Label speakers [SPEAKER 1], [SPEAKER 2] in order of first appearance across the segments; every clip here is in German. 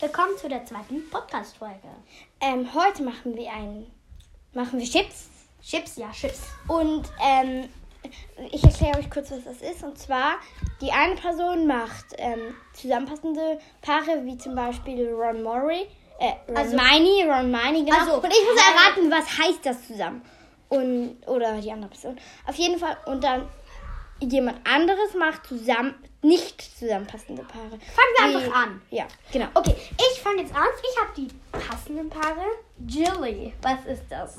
[SPEAKER 1] willkommen zu der zweiten Podcast-Folge.
[SPEAKER 2] Ähm, heute machen wir einen. Machen wir Chips.
[SPEAKER 1] Chips, ja, Chips.
[SPEAKER 2] Und ähm, ich erkläre euch kurz, was das ist. Und zwar, die eine Person macht ähm, zusammenpassende Paare, wie zum Beispiel Ron Mori. Äh, Ron
[SPEAKER 1] Also-
[SPEAKER 2] Miney, Ron Miney, genau.
[SPEAKER 1] Also,
[SPEAKER 2] und ich muss
[SPEAKER 1] Ron-
[SPEAKER 2] erraten, was heißt das zusammen. Und, oder die andere Person. Auf jeden Fall. Und dann jemand anderes macht zusammen, nicht zusammenpassende Paare.
[SPEAKER 1] Fangen wir
[SPEAKER 2] Wie-
[SPEAKER 1] einfach an.
[SPEAKER 2] Ja, genau.
[SPEAKER 1] Okay, ich fange jetzt an. Ich habe die passenden Paare. Jilly. Was ist das?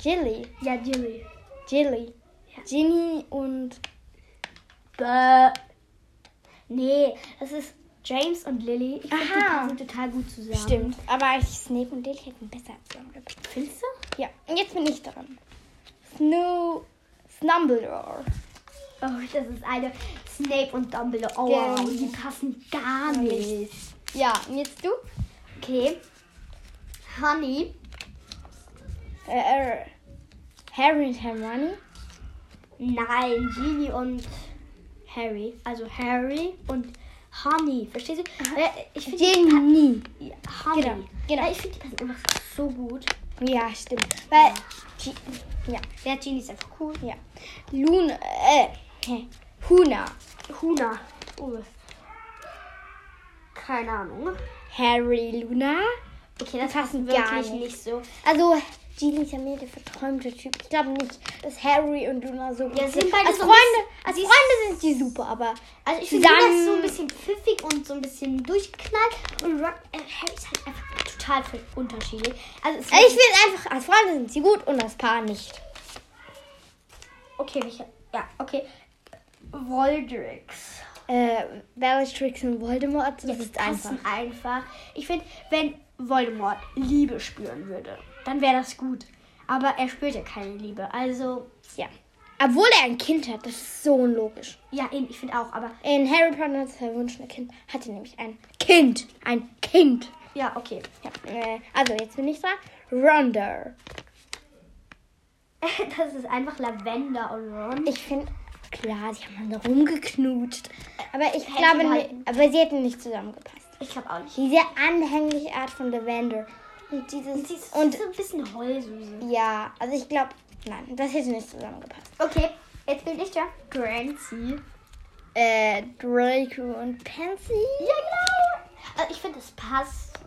[SPEAKER 2] Jilly.
[SPEAKER 1] Ja, Jilly.
[SPEAKER 2] Jilly. Ginny und
[SPEAKER 1] Bäh. Nee, das ist James und Lily. Ich finde, die
[SPEAKER 2] Aha.
[SPEAKER 1] passen total gut zusammen.
[SPEAKER 2] Stimmt, aber ich, Snape und Lily hätten besser zusammengepasst.
[SPEAKER 1] Findest du?
[SPEAKER 2] Ja, und jetzt bin ich dran. Snow... Snumbledore.
[SPEAKER 1] Oh, das ist eine Snape und Dumbledore. Oh, wow,
[SPEAKER 2] Genau.
[SPEAKER 1] die passen gar nicht.
[SPEAKER 2] Ja, und jetzt du?
[SPEAKER 1] Okay. Honey.
[SPEAKER 2] Äh, äh, Harry und Hermione.
[SPEAKER 1] Nein, Genie und Harry. Also Harry und Honey. Verstehst du? Äh, Ich finde
[SPEAKER 2] Ginny.
[SPEAKER 1] die pa- Honey.
[SPEAKER 2] Genau, genau.
[SPEAKER 1] Äh, Ich finde die passen einfach so gut.
[SPEAKER 2] Ja, stimmt. Weil... G ja,
[SPEAKER 1] Der Genie ist einfach cool.
[SPEAKER 2] ja. Luna... Äh, hä, Huna.
[SPEAKER 1] Huna. Oh. Keine Ahnung.
[SPEAKER 2] Harry, Luna.
[SPEAKER 1] Okay, das passen
[SPEAKER 2] passen gar
[SPEAKER 1] wirklich
[SPEAKER 2] nicht.
[SPEAKER 1] nicht so.
[SPEAKER 2] Also, Ginny ist ja mehr der verträumte Typ. Ich glaube nicht, dass Harry und Luna so gut
[SPEAKER 1] Ja, sie sind beide
[SPEAKER 2] als
[SPEAKER 1] so ein
[SPEAKER 2] Freunde,
[SPEAKER 1] bisschen-
[SPEAKER 2] als
[SPEAKER 1] sie ist-
[SPEAKER 2] Freunde sind die super, aber
[SPEAKER 1] Also ich finde Luna ist so ein
[SPEAKER 2] Dann-
[SPEAKER 1] bisschen pfiffig und so ein bisschen durchgeknallt. Und Ron, äh, Harry ist halt einfach total unterschiedlich. Also es
[SPEAKER 2] Ich will einfach, als Freunde sind sie gut und als Paar nicht.
[SPEAKER 1] Okay, welche? Ja, okay. Voldrix.
[SPEAKER 2] Äh, Bellatrix und Voldemort, das
[SPEAKER 1] Ja, die
[SPEAKER 2] ist einfach.
[SPEAKER 1] passen einfach. Ich finde, wenn Voldemort Liebe spüren würde, dann wäre das gut. Aber er spürt ja keine Liebe. Also,
[SPEAKER 2] Ja. Obwohl er ein Kind hat, das ist so unlogisch.
[SPEAKER 1] ja, eben, ich finde auch. Aber
[SPEAKER 2] In Harry Potter das verwunschene Kind hatte nämlich ein Kind. Ein Kind.
[SPEAKER 1] ja, okay.
[SPEAKER 2] Ja, äh, also, jetzt bin ich dran. Ronda.
[SPEAKER 1] Das ist einfach Lavender und Ron.
[SPEAKER 2] Ich finde, klar, sie haben da rumgeknutscht. Aber ich
[SPEAKER 1] Hätte
[SPEAKER 2] halt- glaube,
[SPEAKER 1] gehalten.
[SPEAKER 2] ni- aber sie hätten nicht zusammengepasst.
[SPEAKER 1] Ich glaube auch nicht.
[SPEAKER 2] Diese anhängliche Art von Lavender. Und dieses.
[SPEAKER 1] Sie ist
[SPEAKER 2] Und
[SPEAKER 1] so ein bisschen Heulsuse.
[SPEAKER 2] ja, also ich glaube, nein, das hätte nicht zusammengepasst.
[SPEAKER 1] Okay, jetzt bin ich da. Grancy.
[SPEAKER 2] Äh, Draco und Pansy?
[SPEAKER 1] Ja, genau. Also ich finde, es passt.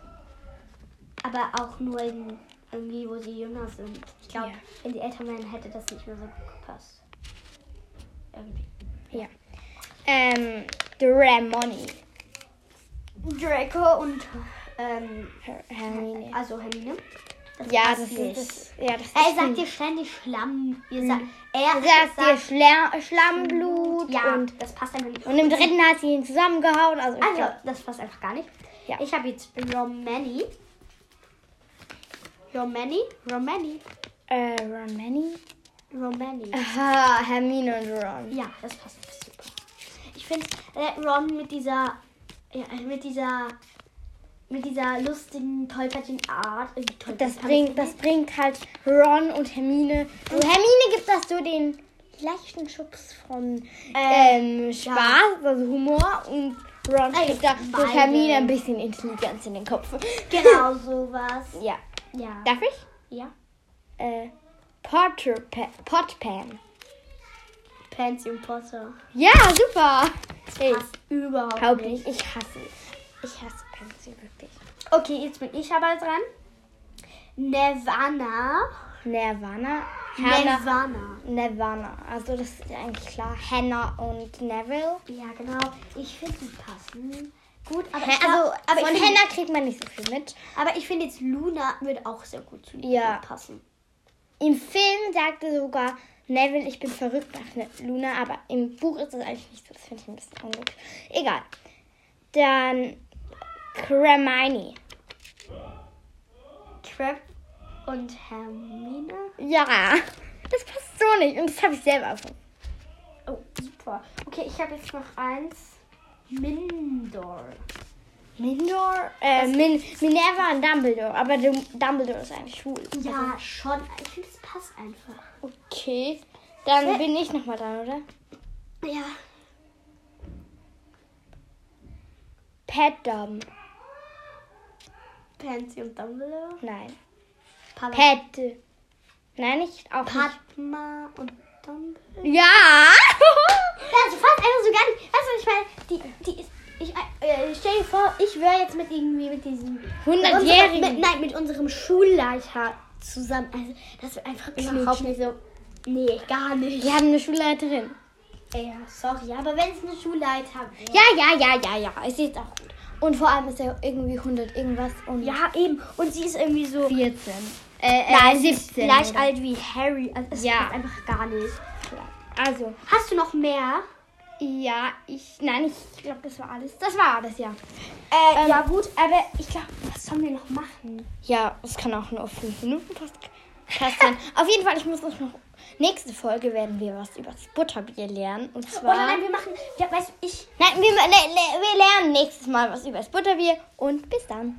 [SPEAKER 1] Aber auch nur in, irgendwie, wo sie jünger sind. Ich glaube,
[SPEAKER 2] Ja.
[SPEAKER 1] wenn sie älter wären, hätte das nicht mehr so gut gepasst. Irgendwie.
[SPEAKER 2] Ja. Ähm, Dramoni.
[SPEAKER 1] Draco und ähm,
[SPEAKER 2] Her Hermine.
[SPEAKER 1] also Hermine.
[SPEAKER 2] Ja,
[SPEAKER 1] passt
[SPEAKER 2] das
[SPEAKER 1] nicht.
[SPEAKER 2] ist das. Ja, das
[SPEAKER 1] Er
[SPEAKER 2] ist
[SPEAKER 1] sagt dir ständig Schlamm. Ihr
[SPEAKER 2] Hm.
[SPEAKER 1] sagt, er
[SPEAKER 2] das
[SPEAKER 1] sagt-
[SPEAKER 2] ist Schla Schlammblut
[SPEAKER 1] ja,
[SPEAKER 2] und,
[SPEAKER 1] das passt einfach nicht.
[SPEAKER 2] und im dritten hat sie ihn zusammengehauen. Also, ich
[SPEAKER 1] Also,
[SPEAKER 2] glaub,
[SPEAKER 1] das passt einfach gar nicht.
[SPEAKER 2] Ja.
[SPEAKER 1] Ich habe jetzt Romani. Romani? Romani?
[SPEAKER 2] äh, Ron Manny.
[SPEAKER 1] Romani.
[SPEAKER 2] Ähm. Aha, Hermine und Ron.
[SPEAKER 1] Ja, das passt einfach super. Ich finde äh, Ron mit dieser, ja, äh, mit dieser, mit dieser lustigen, tollpatschigen Art. Äh,
[SPEAKER 2] Das
[SPEAKER 1] tollpatschig-
[SPEAKER 2] bringt, das bringt halt Ron und Hermine. So, Hermine gibt das so den leichten Schubs von ähm, Spaß, also Humor und Ron
[SPEAKER 1] Ey,
[SPEAKER 2] kriegt da so
[SPEAKER 1] beide.
[SPEAKER 2] Hermine ein bisschen Intelligenz in den Kopf.
[SPEAKER 1] Genau sowas.
[SPEAKER 2] Ja.
[SPEAKER 1] Ja.
[SPEAKER 2] Darf ich?
[SPEAKER 1] Ja.
[SPEAKER 2] Äh, Potter pa Potpan.
[SPEAKER 1] Pansy und Potter.
[SPEAKER 2] Ja, super. Ey,
[SPEAKER 1] Passt überhaupt
[SPEAKER 2] glaub
[SPEAKER 1] nicht.
[SPEAKER 2] nicht. Ich hasse. Ich hasse Pansy wirklich.
[SPEAKER 1] Okay, jetzt bin ich aber dran. Nirvana.
[SPEAKER 2] Nirvana. Hannah.
[SPEAKER 1] Nirvana.
[SPEAKER 2] Nirvana. Also das ist eigentlich klar. Hannah und Neville.
[SPEAKER 1] Ja, genau. Ich finde die passen gut. Aber
[SPEAKER 2] Hä,
[SPEAKER 1] ich glaub,
[SPEAKER 2] also
[SPEAKER 1] aber
[SPEAKER 2] von
[SPEAKER 1] ich
[SPEAKER 2] Hannah kriegt man nicht so viel mit.
[SPEAKER 1] aber ich finde jetzt Luna würde auch sehr gut zu Luna
[SPEAKER 2] Ja.
[SPEAKER 1] passen.
[SPEAKER 2] Im Film sagte sogar Neville, ich bin verrückt nach Ne- Luna, aber im Buch ist das eigentlich nicht so. Das finde ich ein bisschen unglücklich. Egal. Dann Hermione.
[SPEAKER 1] Crab und Hermine.
[SPEAKER 2] Ja, das passt so nicht. Und das habe ich selber erfunden.
[SPEAKER 1] Oh, super. Okay, ich habe jetzt noch eins. Mindor.
[SPEAKER 2] Mindor, äh, Min Minerva und Dumbledore. Aber Dum- Dumbledore ist eigentlich schwul.
[SPEAKER 1] Ja, schon. Ich finde, es passt einfach.
[SPEAKER 2] Okay. Dann
[SPEAKER 1] Hä?
[SPEAKER 2] bin ich nochmal dran, oder?
[SPEAKER 1] Ja.
[SPEAKER 2] Pat Dum.
[SPEAKER 1] Pansy und Dumbledore.
[SPEAKER 2] Nein.
[SPEAKER 1] Pad
[SPEAKER 2] Pat. Nein, nicht auch nicht.
[SPEAKER 1] Padma und Dumbledore.
[SPEAKER 2] Ja!
[SPEAKER 1] Also fast einfach so gar nicht. Weißt du, ich meine, die, die ist. Ich äh, stell dir vor, ich wäre jetzt mit irgendwie mit diesem. Mit unserem- mit-
[SPEAKER 2] Hundertjährigen.
[SPEAKER 1] Nein, mit unserem Schulleiter zusammen. Also, das wird einfach überhaupt nicht so. Nee, gar nicht.
[SPEAKER 2] Wir haben eine Schulleiterin.
[SPEAKER 1] Ja, sorry, aber wenn es eine Schulleiter wäre.
[SPEAKER 2] Ja, ja, ja, ja, ja. Ist jetzt auch gut. Und vor allem ist er irgendwie 100 irgendwas und
[SPEAKER 1] Ja, eben. Und sie ist irgendwie so
[SPEAKER 2] 14. Äh, äh,
[SPEAKER 1] Nein, sie ist
[SPEAKER 2] 17.
[SPEAKER 1] gleich
[SPEAKER 2] oder?
[SPEAKER 1] alt wie Harry. Also das
[SPEAKER 2] Ja.
[SPEAKER 1] passt einfach gar nicht.
[SPEAKER 2] Also,
[SPEAKER 1] Hast du noch mehr?
[SPEAKER 2] ja, ich. Nein, ich glaube, das war alles. Das war alles, ja.
[SPEAKER 1] Äh,
[SPEAKER 2] Ähm,
[SPEAKER 1] ja gut, aber ich glaube, was sollen wir noch machen?
[SPEAKER 2] Ja, es kann auch nur auf 5 Minuten fast passen. auf jeden Fall, ich muss noch. Nächste Folge werden wir was über das Butterbier lernen. Und zwar.
[SPEAKER 1] Oder nein, wir machen, ja, weißt du, ich,
[SPEAKER 2] Nein, wir, le, le, wir lernen nächstes Mal was über das Butterbier und bis dann.